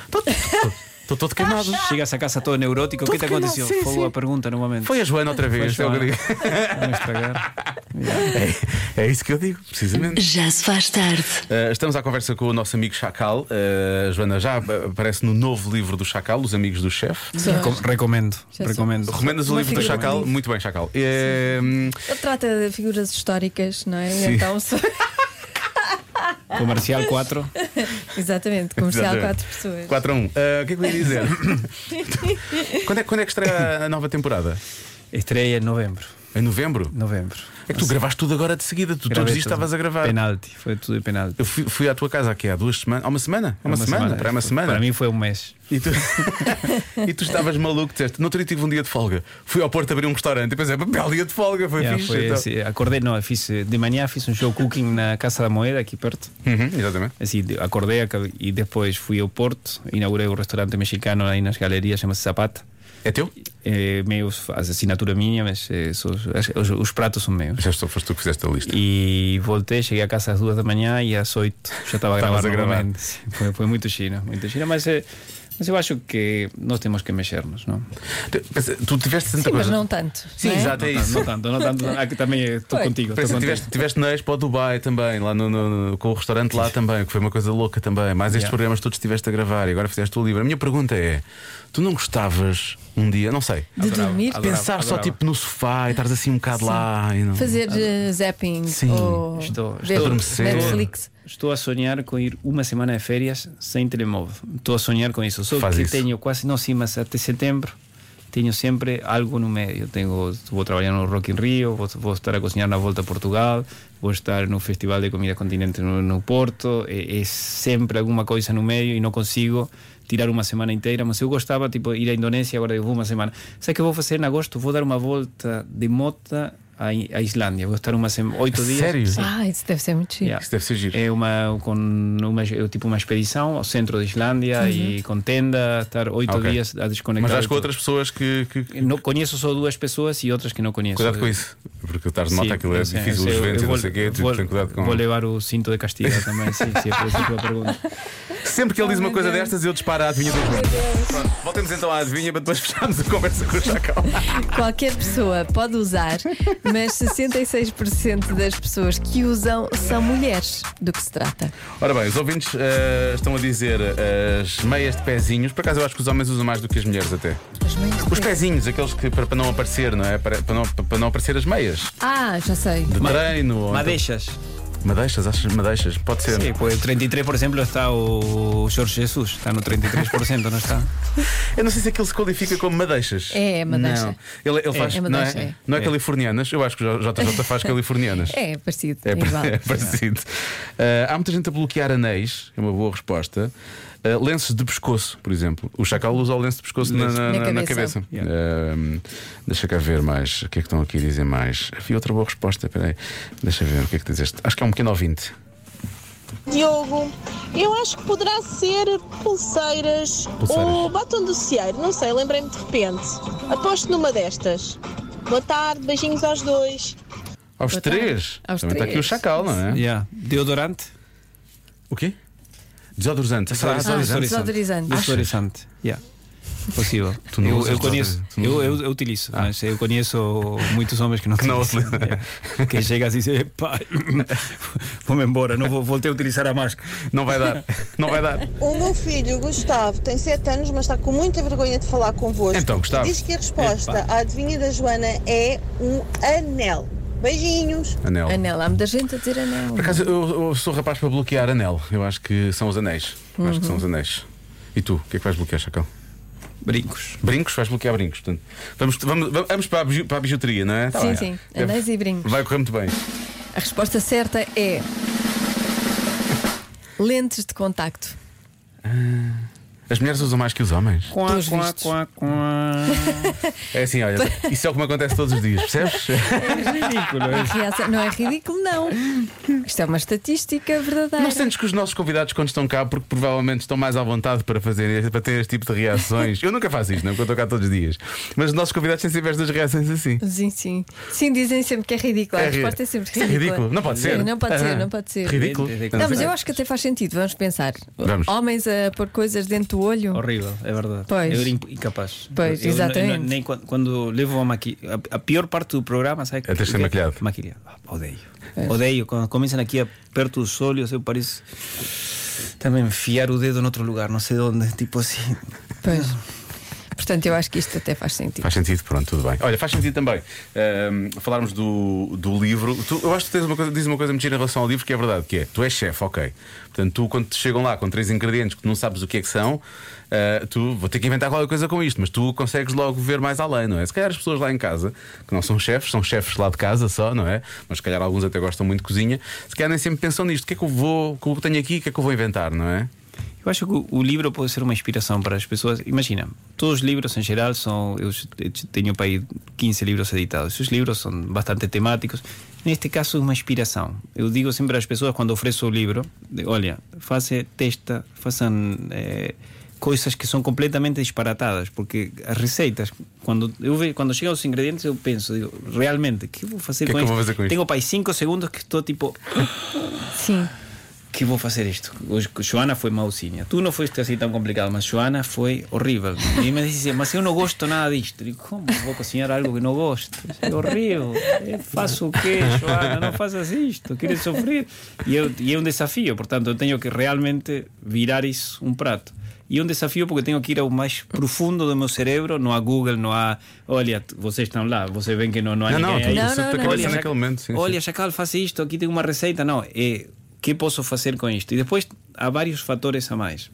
Speaker 2: Estou todo queimado.
Speaker 4: Llegas a casa todo neurótico. ¿Qué te
Speaker 2: Todo
Speaker 4: aconteció?
Speaker 2: queimado, sí,
Speaker 4: Fue
Speaker 2: sí.
Speaker 4: la pregunta nuevamente.
Speaker 2: Foi a Joana outra vez.
Speaker 4: Foi
Speaker 2: é
Speaker 4: a
Speaker 2: o que eu
Speaker 4: Joana. Vamos estragar.
Speaker 2: digo. (laughs) É, é isso que eu digo, precisamente.
Speaker 1: Já se faz tarde.
Speaker 2: Uh, estamos à conversa com o nosso amigo Chacal. Uh, Joana já ap- aparece no novo livro do Chacal, Os Amigos do Chefe.
Speaker 4: Recom- recomendo.
Speaker 3: Já
Speaker 4: recomendo.
Speaker 2: Recomendas o
Speaker 3: Uma
Speaker 2: livro do
Speaker 3: figura
Speaker 2: Chacal?
Speaker 3: bonita.
Speaker 2: Muito bem, Chacal. É, hum,
Speaker 3: Ele trata de figuras históricas, não é?
Speaker 2: Sim.
Speaker 3: Então, só- (laughs)
Speaker 4: Comercial 4.
Speaker 3: exatamente, comercial
Speaker 2: exatamente.
Speaker 3: quatro pessoas.
Speaker 2: 4 a 1. Uh, o que é que eu ia
Speaker 3: (laughs)
Speaker 2: dizer? quando, é, quando é que estreia a nova temporada?
Speaker 4: Estrella en novembro.
Speaker 2: Em novembro?
Speaker 4: Novembro.
Speaker 2: É que tu gravaste tudo agora de seguida. Tu todos os
Speaker 4: Gravei
Speaker 2: dias
Speaker 4: tudo.
Speaker 2: estavas a gravar.
Speaker 4: Penalti. Foi tudo de penalti.
Speaker 2: Eu fui, fui à tua casa aqui há duas semanas. Há uma semana? Há É uma, semana? Para aí uma semana?
Speaker 4: Para mim fue un mes.
Speaker 2: E tu, (laughs) e tu estavas maluco, disseste. No outro dia tive um dia de folga. Fui ao Porto abrir um restaurante. E depois é, belo dia de folga. Foi
Speaker 4: Ya,
Speaker 2: fixe.
Speaker 4: foi assim.
Speaker 2: então.
Speaker 4: esse- acordei, não, fiz, eh, de manhã fiz um show cooking na Casa da Moeda, aqui perto.
Speaker 2: Uhum, exatamente.
Speaker 4: Assim, de- acordei acabei- e depois fui ao Porto, inaugurei um restaurante mexicano aí nas galerias, chama-se Zapata.
Speaker 2: É teu?
Speaker 4: É, meus, a assinatura minha, mas eh, sou- os, os pratos são meus.
Speaker 2: Já estou, foste tu que fizeste a lista.
Speaker 4: E voltei, cheguei a casa às duas da manhã e às oito já estava a
Speaker 2: Estavas
Speaker 4: gravar
Speaker 2: a gravar.
Speaker 4: novamente. Sim, Foi, foi muito chino, muito chino, mas, eh, mas eu acho que nós temos que mexermos, não?
Speaker 2: Tu- pensa, eh, Tu tiveste tanta
Speaker 3: Sim, mas
Speaker 2: coisa.
Speaker 3: não tanto.
Speaker 2: Sim,
Speaker 3: não é?
Speaker 2: exato, é
Speaker 4: Não,
Speaker 2: isso.
Speaker 4: não ¿Eh? tanto, não tanto. Aqui também eh, estou
Speaker 3: Pois.
Speaker 4: contigo. estou
Speaker 2: Pensa,
Speaker 4: contigo.
Speaker 2: tiveste, tiveste na Expo Dubai também, lá no, no- com o restaurante lá também, que foi uma coisa louca também. Mais estes
Speaker 4: Yeah.
Speaker 2: programas todos estiveste a gravar e agora fizeste o livro. A minha pergunta é: tu não gostavas um dia, não sei,
Speaker 3: De dormir,
Speaker 4: adorava.
Speaker 2: pensar só tipo no sofá e estares assim um bocado lá e não.
Speaker 3: fazer eh, zapping
Speaker 2: Sim.
Speaker 3: ou
Speaker 4: Estou-
Speaker 3: ver
Speaker 4: estou-
Speaker 2: adormecer.
Speaker 3: Netflix.
Speaker 4: Estou a sonhar com ir uma semana de férias sem telemóvel. Estou a sonhar com isso. Só
Speaker 2: Faz
Speaker 4: que
Speaker 2: isso.
Speaker 4: tenho quase, não sim, mas até setembro tenho sempre algo no meio. Tenho, vou trabalhar no Rock in Rio, vou, vou estar a cozinhar na volta a Portugal, vou estar no Festival de Comida Continente no, no Porto. É, é sempre alguma coisa no meio e não consigo tirar uma semana inteira. Mas eu gostava, tipo, ir à Indonésia, agora eu vou uma semana. Sabe o que eu vou fazer em agosto? Vou dar uma volta de mota à, I- à Islândia. Vou estar uma semana, oito dias.
Speaker 2: Sério?
Speaker 4: Sim.
Speaker 3: Ah, isso deve ser muito chique.
Speaker 4: Yeah.
Speaker 2: Isso deve ser giro.
Speaker 4: É uma com uma é tipo uma expedição ao centro da Islândia e com tenda, estar oito
Speaker 2: Ah, ok.
Speaker 4: dias a desconectar.
Speaker 2: Mas vais
Speaker 4: de
Speaker 2: com
Speaker 4: tudo.
Speaker 2: outras pessoas que. que-
Speaker 4: Não conheço só duas pessoas e outras que não conheço.
Speaker 2: Cuidado com isso. Porque estás de moto
Speaker 4: Sim,
Speaker 2: aquilo é
Speaker 4: eu sei,
Speaker 2: difícil,
Speaker 4: eu
Speaker 2: os
Speaker 4: sei,
Speaker 2: ventos e
Speaker 4: eu
Speaker 2: não
Speaker 4: vou-
Speaker 2: sei o quê. tu
Speaker 4: vou-
Speaker 2: Tem cuidado com.
Speaker 4: Vou levar o cinto de castiga também, sim, se é por isso a
Speaker 2: (laughs)
Speaker 4: tua pergunta.
Speaker 2: Sempre
Speaker 3: Oh,
Speaker 2: que ele diz uma coisa destas, eu disparo a adivinha dos minutos. Pronto, voltemos então à adivinha para depois (laughs) fecharmos a conversa com o Chacal.
Speaker 3: Qualquer pessoa pode usar, mas 66% das pessoas que usam são mulheres. Do que se trata?
Speaker 2: Ora bem, os ouvintes eh, estão a dizer eh, as meias de pezinhos. Por acaso eu acho que os homens usam mais do que as mulheres até. Os pezinhos, aqueles que para, para não aparecer, não é? Para, para não, para não aparecer as meias.
Speaker 3: Ah, já sei.
Speaker 2: De treino. ou- então-
Speaker 4: Madeixas.
Speaker 2: Madeixas, achas madeixas? Pode ser.
Speaker 4: Sim, pois 33, por exemplo, está o Jorge Jesus, está no 33%,
Speaker 2: (laughs)
Speaker 4: não está?
Speaker 2: Eu não sei se aquilo se qualifica como madeixas.
Speaker 3: É, é madeixa.
Speaker 2: Não. Ele, ele faz,
Speaker 3: é
Speaker 2: não,
Speaker 3: madeixa,
Speaker 2: é,
Speaker 3: é.
Speaker 2: não é
Speaker 4: É.
Speaker 2: californianas? Eu acho que o JJ
Speaker 3: (laughs)
Speaker 2: faz californianas.
Speaker 3: É parecido. É,
Speaker 2: É, (laughs)
Speaker 3: igual.
Speaker 2: é parecido. Ah, há muita gente a bloquear anéis, é uma boa resposta. Ah, lenços de pescoço, por exemplo. O chacal usa o lenço de pescoço na,
Speaker 4: Lenço.
Speaker 2: na-
Speaker 3: Na
Speaker 2: na- na cabeça.
Speaker 3: cabeça.
Speaker 2: Ah, deixa cá ver mais. O que é que estão aqui a dizer mais? Havia outra boa resposta, peraí. Deixa ver o que é que dizeste. Acho que é um pequeno ouvinte.
Speaker 7: Diogo, eu acho que poderá ser pulseiras,
Speaker 2: Pulseiras.
Speaker 7: ou batom do cieiro, não sei, lembrei-me de repente. Aposto numa destas. Boa tarde, beijinhos aos dois.
Speaker 2: Aos
Speaker 3: Boa tarde.
Speaker 2: três.
Speaker 3: Aos
Speaker 2: Também está aqui o
Speaker 3: três.
Speaker 2: chacal, não é?
Speaker 4: Yeah. Deodorante?
Speaker 2: O quê? Desodorante.
Speaker 4: Ah,
Speaker 3: Ah,
Speaker 4: Desodorizante.
Speaker 2: É
Speaker 3: desodorizante.
Speaker 4: Desodorizante. Yeah. possível.
Speaker 2: Tu não
Speaker 4: eu,
Speaker 2: usas
Speaker 4: eu conheço,
Speaker 2: todas, tu não
Speaker 4: eu, eu, eu utilizo, mas eu conheço muitos homens que não
Speaker 2: Que não
Speaker 4: utilizam. (laughs)
Speaker 2: utilizam.
Speaker 4: Quem chega assim e diz: "Epá, (laughs) vou-me embora, não vou, voltei a utilizar a máscara.
Speaker 2: Não vai dar, não vai dar.
Speaker 7: O meu filho, Gustavo, tem 7 anos, mas está com muita vergonha de falar convosco.
Speaker 2: Então, Gustavo.
Speaker 7: Diz que a resposta
Speaker 4: Epá.
Speaker 7: à adivinha da Joana é um anel. Beijinhos.
Speaker 2: Anel.
Speaker 3: Anel, há muita gente a dizer anel.
Speaker 2: Por acaso, eu, eu sou rapaz para bloquear anel. Eu acho que são os anéis. Eu Acho que são os
Speaker 3: Uhum.
Speaker 2: anéis. E tu, o que é que vais bloquear, Chacão?
Speaker 4: Brincos.
Speaker 2: Brincos? Vais bloquear brincos. Portanto, vamos, vamos, vamos para, a biju- para a bijuteria, não é?
Speaker 3: Sim,
Speaker 2: bem.
Speaker 3: sim. Anéis e brincos.
Speaker 2: Vai correr muito bem.
Speaker 3: A resposta certa é. Lentes de contacto.
Speaker 2: As mulheres usam mais que os homens.
Speaker 4: Quá,
Speaker 3: Pelos
Speaker 4: quá,
Speaker 3: vistos.
Speaker 4: quá, quá.
Speaker 2: É assim, olha, isso é o que me acontece todos os dias,
Speaker 3: (laughs)
Speaker 2: percebes?
Speaker 4: Ridículo. é
Speaker 3: A (laughs)
Speaker 4: isso.
Speaker 3: reação- Não é ridículo, não. Isto é uma estatística verdadeira.
Speaker 2: Não sentes que os nossos convidados, quando estão cá, porque provavelmente estão mais à vontade para, fazer, para ter este tipo de reações. Eu nunca faço isto, não, é? porque eu estou cá todos os dias. Mas os nossos convidados têm sempre estas reações assim.
Speaker 3: Sim, sim. Sim, dizem sempre que é ridículo. A
Speaker 2: É ri-
Speaker 3: resposta é sempre
Speaker 2: Isso é
Speaker 3: ridícula.
Speaker 2: ridículo. Não pode ser.
Speaker 3: Sim, Não pode
Speaker 2: Ah.
Speaker 3: ser, não pode ser.
Speaker 2: Ridículo.
Speaker 4: Ridículo.
Speaker 3: Não, mas eu acho que até faz sentido. Vamos pensar.
Speaker 2: Vamos.
Speaker 3: Homens a pôr coisas dentro do olho.
Speaker 4: Horrível, é verdade.
Speaker 3: Pois.
Speaker 4: Eu era imp- incapaz.
Speaker 3: Pois,
Speaker 4: Eu- eu
Speaker 3: exatamente.
Speaker 4: não- nem quando, quando levo a maquilha. A, a pior parte do programa, sabe?
Speaker 2: É ter sido maquilhado.
Speaker 4: Maquilhado. Ah, odeio.
Speaker 3: É.
Speaker 4: Odeio. Quando começam aqui a perto dos olhos, eu pareço. Também enfiar o dedo em outro lugar, não sei de onde. (laughs) Tipo assim.
Speaker 3: Pois. Portanto, eu acho que isto até faz sentido.
Speaker 2: Faz sentido, pronto, tudo bem. Olha, faz sentido também ahm, falarmos do, do livro. Tu- eu acho que tens uma coisa, diz uma coisa mentira em relação ao livro que é verdade, que é tu és chefe, ok. Portanto, tu quando te chegam lá com três ingredientes que tu não sabes o que é que são, ah, tu vou ter que inventar qualquer coisa com isto, mas tu consegues logo ver mais além, não é? Se calhar as pessoas lá em casa, que não são chefes, são chefes lá de casa só, não é? Mas se calhar alguns até gostam muito de cozinha, se calhar nem sempre pensam nisto. O que é que eu vou, que eu tenho aqui, o que é que eu vou inventar, não é?
Speaker 4: Eu acho que o- o livro pode ser uma inspiração para as pessoas. Imagina, todos os livros em geral são. Eu j- eu j- tenho para aí 15 livros editados. Os livros são bastante temáticos. Neste caso, é uma inspiração. Eu digo sempre às pessoas quando ofereço o livro: de, olha, faça, testa, façam eh, coisas que são completamente disparatadas. Porque as receitas, quando eu ve, quando chegam os ingredientes, eu penso: digo, realmente, o que eu vou fazer,
Speaker 2: Que é
Speaker 4: com,
Speaker 2: que eu
Speaker 4: isto?
Speaker 2: vou fazer com isto?
Speaker 4: Tenho para aí 5 segundos que estou tipo.
Speaker 3: Sim.
Speaker 4: que vou fazer isto. Hoje, Joana foi mauzinha. Tu não foste assim tão complicado, mas Joana foi horrível. E me disse, mas eu não gosto nada disto. Digo, como vou cozinhar algo que não gosto? Isso É horrível. Eu faço o quê, Joana? Não faças isto. Queres sofrer? E, eu- e é um desafio. Portanto, eu tenho que realmente virar isso um prato. E é um desafio porque tenho que ir ao mais profundo do meu cérebro. Não há Google, não há. Olha, t- vocês estão lá, vocês veem que não, não há
Speaker 2: Não, não,
Speaker 4: ninguém. aí."
Speaker 2: tu-
Speaker 3: Não,
Speaker 2: tu-
Speaker 3: não,
Speaker 2: tu-
Speaker 3: não.
Speaker 2: tu-
Speaker 4: Olha,
Speaker 2: naquele
Speaker 4: Chacal-
Speaker 2: momento. sim, sim.
Speaker 4: olha, Chacal, faça isto, aqui tem uma receita. Não, é que posso fazer com isto? E depois há vários fatores a mais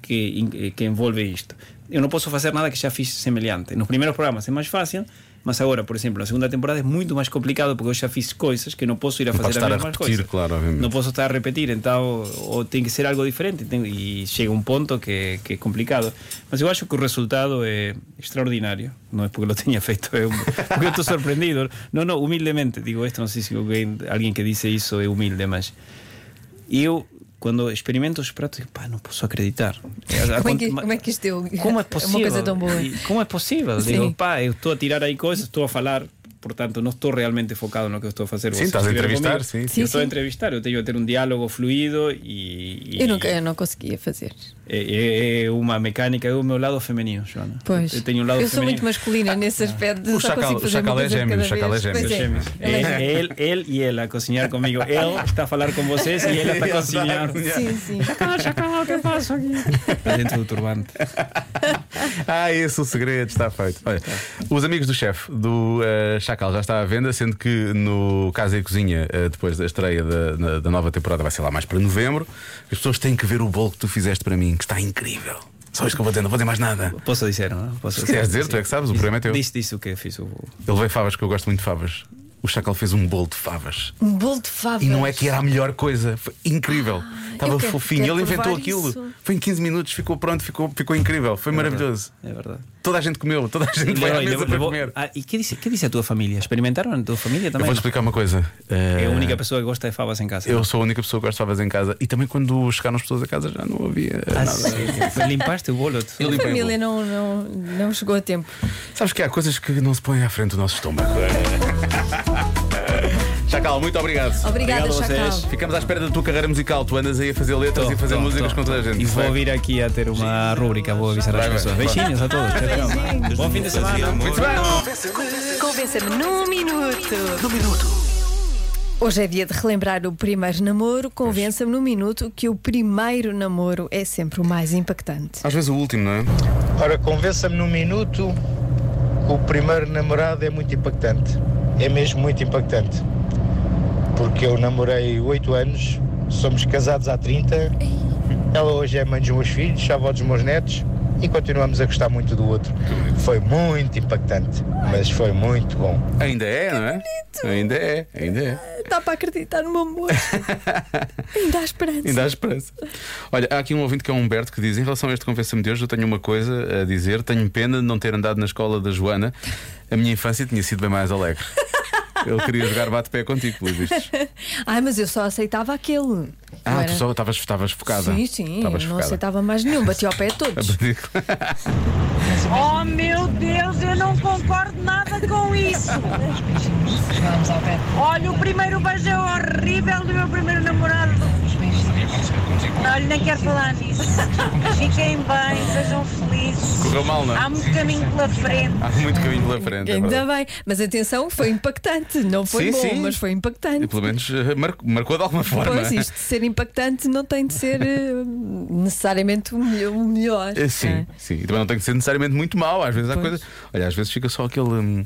Speaker 4: que, in- eh, que envolve isto. Eu não posso fazer nada que já fiz semelhante. Nos primeiros programas é mais fácil, mas agora, por exemplo, na segunda temporada é muito mais complicado porque eu já fiz coisas que não posso ir a
Speaker 2: Não
Speaker 4: fazer
Speaker 2: podes estar a
Speaker 4: mesma
Speaker 2: repetir,
Speaker 4: coisa.
Speaker 2: claro, obviamente.
Speaker 4: Não posso estar a repetir, então ou tem que ser algo diferente. tem- e chega um ponto que, que é complicado. Mas eu acho que o resultado eh, é extraordinário. Não é porque lo tenha feito, é um- porque eu estou surpreendido. Não, não, humildemente digo isto. Não sei se alguém, alguém que diz isso é humilde, mas eu, quando experimento os pratos, digo, pá, não posso acreditar. Eh,
Speaker 3: Como é que, como é que este isto deu? (laughs)
Speaker 4: Como é possível?
Speaker 3: Uma coisa tão boa.
Speaker 4: E Como é possível?
Speaker 3: Sim.
Speaker 4: Digo, pá, eu estou a tirar aí coisas, estou a falar, portanto, não estou realmente focado no que eu estou a fazer.
Speaker 2: Sim,
Speaker 4: Vocês
Speaker 2: estás a
Speaker 4: estiveram
Speaker 2: entrevistar,
Speaker 4: comigo.
Speaker 2: sim,
Speaker 3: sim.
Speaker 4: Eu estou a
Speaker 3: Sim, sim.
Speaker 4: entrevistar, eu tenho que ter um diálogo fluido e. e-
Speaker 3: Eu, nunca, eu não conseguia fazer.
Speaker 4: É, é- é uma mecânica, é o meu lado feminino, Joana.
Speaker 3: Pois.
Speaker 4: Eu tenho um lado
Speaker 3: eu sou
Speaker 4: feminino.
Speaker 3: muito masculina nesse aspecto. de
Speaker 2: O
Speaker 3: só
Speaker 2: Chacal-
Speaker 3: consigo
Speaker 2: o
Speaker 3: fazer uma
Speaker 2: Chacal é
Speaker 3: coisa de
Speaker 2: gêmeo,
Speaker 3: cada
Speaker 2: o Chacal é
Speaker 3: vez.
Speaker 2: gêmeo,
Speaker 3: Pois
Speaker 2: é
Speaker 4: Gêmeos.
Speaker 3: Ele é
Speaker 4: É Ele, ele e ela a
Speaker 3: (laughs)
Speaker 4: cozinhar comigo. Ele está a falar com vocês e ela está a cozinhar.
Speaker 3: É.
Speaker 2: É.
Speaker 3: Sim, sim.
Speaker 4: Está dentro do turbante.
Speaker 2: Ah, esse é o segredo, está feito. Olha,
Speaker 3: Tá.
Speaker 2: os amigos do chefe do eh, Chacal já está à venda, sendo que no Casa e Cozinha, eh, depois da estreia da, na- da nova temporada, vai ser lá mais para novembro. As pessoas têm que ver o bolo que tu fizeste para mim, que está incrível. Só isto que eu vou dizer, não vou dizer mais nada.
Speaker 4: Posso dizer, não? é? Posso
Speaker 2: Se quiseres dizer, tu é que sabes, o programa é teu.
Speaker 4: Diz, diz o que fiz. o-
Speaker 2: Ele veio favas, que eu gosto muito de favas. O Chacal fez um bolo de favas.
Speaker 3: Um bolo de favas.
Speaker 2: E não é que era a melhor coisa, foi incrível. Estava
Speaker 3: Ah, eu quero-
Speaker 2: fofinho.
Speaker 3: quero
Speaker 2: Ele inventou
Speaker 3: provar
Speaker 2: aquilo.
Speaker 3: isso.
Speaker 2: Foi em 15 minutos, ficou pronto, ficou, ficou incrível. Foi maravilhoso.
Speaker 4: É verdade.
Speaker 2: Toda a gente comeu, toda a gente foi à
Speaker 4: Leroy,
Speaker 2: mesa
Speaker 4: levou-
Speaker 2: para
Speaker 4: levou-
Speaker 2: comer.
Speaker 4: Ah, e que diz, que diz a tua família? Experimentaram a tua família
Speaker 2: Eu
Speaker 4: também?
Speaker 2: vou te explicar uma coisa.
Speaker 4: É
Speaker 2: Eh,
Speaker 4: a única pessoa que gosta de favas em casa.
Speaker 2: Eu sou a única pessoa que gosta de favas em casa e também quando chegaram as pessoas a casa já não havia
Speaker 4: Ah,
Speaker 2: nada.
Speaker 4: sim. Limpaste o bolo.
Speaker 2: (laughs)
Speaker 4: tu.
Speaker 2: Eu
Speaker 3: A
Speaker 2: limpei o
Speaker 3: família
Speaker 2: bolo.
Speaker 3: não, não, não chegou a tempo.
Speaker 2: Sabes que há coisas que não se põem à frente do nosso estômago. (laughs) Chacal, muito obrigado.
Speaker 3: Obrigada,
Speaker 4: Obrigado a vocês.
Speaker 3: Chacal.
Speaker 2: Ficamos à espera da tua carreira musical. Tu andas aí a fazer letras
Speaker 4: Tô,
Speaker 2: e a fazer
Speaker 4: tô,
Speaker 2: músicas
Speaker 4: tô.
Speaker 2: com toda a gente.
Speaker 4: E vou
Speaker 2: Vai.
Speaker 4: vir aqui a ter uma rúbrica, vou avisar
Speaker 2: Vai,
Speaker 4: as
Speaker 2: vai.
Speaker 4: pessoas. Beijinhos a todos. Tchau, tchau. Bom fim de semana.
Speaker 2: Muito bem.
Speaker 3: Convença-me num minuto. Num minuto. Hoje é dia de relembrar o primeiro namoro. Convença-me num minuto que o primeiro namoro é sempre o mais impactante.
Speaker 2: Às vezes o último, não é?
Speaker 8: Ora, convença-me num minuto que o primeiro namorado é muito impactante. É mesmo muito impactante. Porque eu namorei 8 anos, somos casados há 30, ela hoje é mãe dos meus filhos, avó dos meus netos e continuamos a gostar muito do outro. Foi muito impactante, mas foi muito bom.
Speaker 2: Ainda é, não é? Ainda é, ainda é.
Speaker 3: Dá para acreditar no meu (laughs) amor. Ainda há esperança.
Speaker 2: Ainda há esperança. Olha, há aqui um ouvinte que é o Humberto que diz: em relação a este Confessa-me de hoje, eu tenho uma coisa a dizer. Tenho pena de não ter andado na escola da Joana. A minha infância tinha sido bem mais
Speaker 3: (laughs)
Speaker 2: alegre. Eu queria jogar bate-pé contigo, pelos vistos.
Speaker 3: Ai, mas eu só aceitava aquele. Não
Speaker 2: Ah, tu
Speaker 3: era?
Speaker 2: só estavas- estavas focada.
Speaker 3: Sim, sim,
Speaker 2: Estavas
Speaker 3: não
Speaker 2: (laughs) focada.
Speaker 3: aceitava mais nenhum, bati ao pé a todos.
Speaker 9: Oh meu Deus, eu não concordo nada com isso. Olha, o primeiro beijo é horrível do meu primeiro namorado. Olha, nem quero falar nisso. Fiquem bem, sejam felizes.
Speaker 2: Correu mal, não é?
Speaker 9: Há muito caminho pela frente.
Speaker 2: Há muito caminho pela frente. é
Speaker 3: Ainda
Speaker 2: verdade.
Speaker 3: bem, mas
Speaker 2: (laughs)
Speaker 3: atenção, foi impactante. Não
Speaker 2: Sim,
Speaker 3: foi bom,
Speaker 2: sim.
Speaker 3: mas foi
Speaker 2: E
Speaker 3: impactante.
Speaker 2: pelo menos eh, marcou, marcou de alguma forma.
Speaker 3: Pois, isto de ser impactante não tem de ser eh, necessariamente o melhor. O melhor
Speaker 2: Eh, Sim,
Speaker 3: não é?
Speaker 2: sim. E também não tem que ser necessariamente muito mau. Às vezes há
Speaker 3: Pois.
Speaker 2: coisas. Olha, às vezes fica só aquele. hum,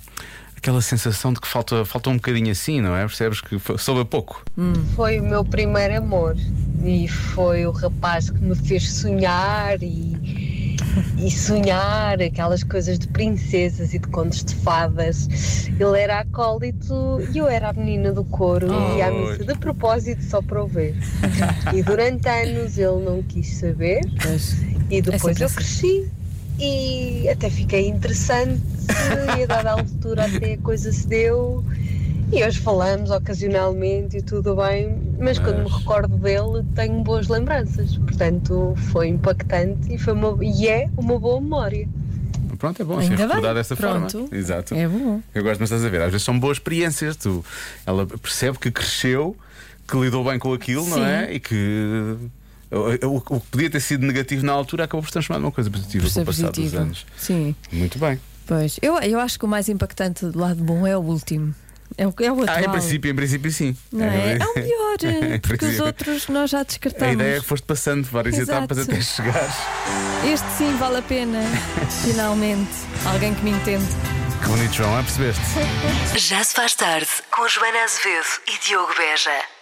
Speaker 2: Aquela sensação de que falta, falta um bocadinho assim, não é? Percebes que fo- soube a pouco.
Speaker 3: É.
Speaker 10: Foi o meu primeiro amor e foi o rapaz que me fez sonhar e, e sonhar aquelas coisas de princesas e de contos de fadas. Ele era acólito e eu era a menina do coro e à missa de propósito só para o ver. E durante anos ele não quis saber e depois
Speaker 3: sempre
Speaker 10: eu
Speaker 3: assim.
Speaker 10: cresci e até fiquei interessante e a dada altura até a coisa se deu e hoje falamos ocasionalmente e tudo bem, mas, quando me recordo dele tenho boas lembranças, portanto foi impactante e, foi uma- e é uma boa memória.
Speaker 2: Pronto, é bom assim,
Speaker 3: Ainda bem.
Speaker 2: recordar dessa forma.
Speaker 3: Pronto.
Speaker 2: Exato.
Speaker 3: É bom.
Speaker 2: Eu gosto, mas estás a ver, às vezes são boas experiências. Tu, ela percebe que cresceu, que lidou bem com aquilo, não
Speaker 3: Sim.
Speaker 2: é? E que o, o- o que podia ter sido negativo na altura acabou por se transformar numa coisa positiva
Speaker 3: Por
Speaker 2: com
Speaker 3: ser
Speaker 2: o passar dos
Speaker 3: positivo.
Speaker 2: anos.
Speaker 3: Sim,
Speaker 2: Muito bem.
Speaker 3: pois. Eu, eu acho que o mais impactante do lado bom é o último. É o, é o atual.
Speaker 2: Ah, em princípio, em princípio, sim.
Speaker 3: Não é? é o melhor,
Speaker 2: (laughs)
Speaker 3: eh,
Speaker 2: Em
Speaker 3: porque os
Speaker 2: princípio.
Speaker 3: outros nós já descartamos.
Speaker 2: A ideia é que foste passando várias
Speaker 3: Exato.
Speaker 2: etapas até chegares.
Speaker 3: Este sim vale a
Speaker 2: (laughs)
Speaker 3: pena. Finalmente, alguém que me entende.
Speaker 2: Que bonito, João, é? Percebeste?
Speaker 1: Já se faz tarde com Joana Azevedo e Diogo Beja.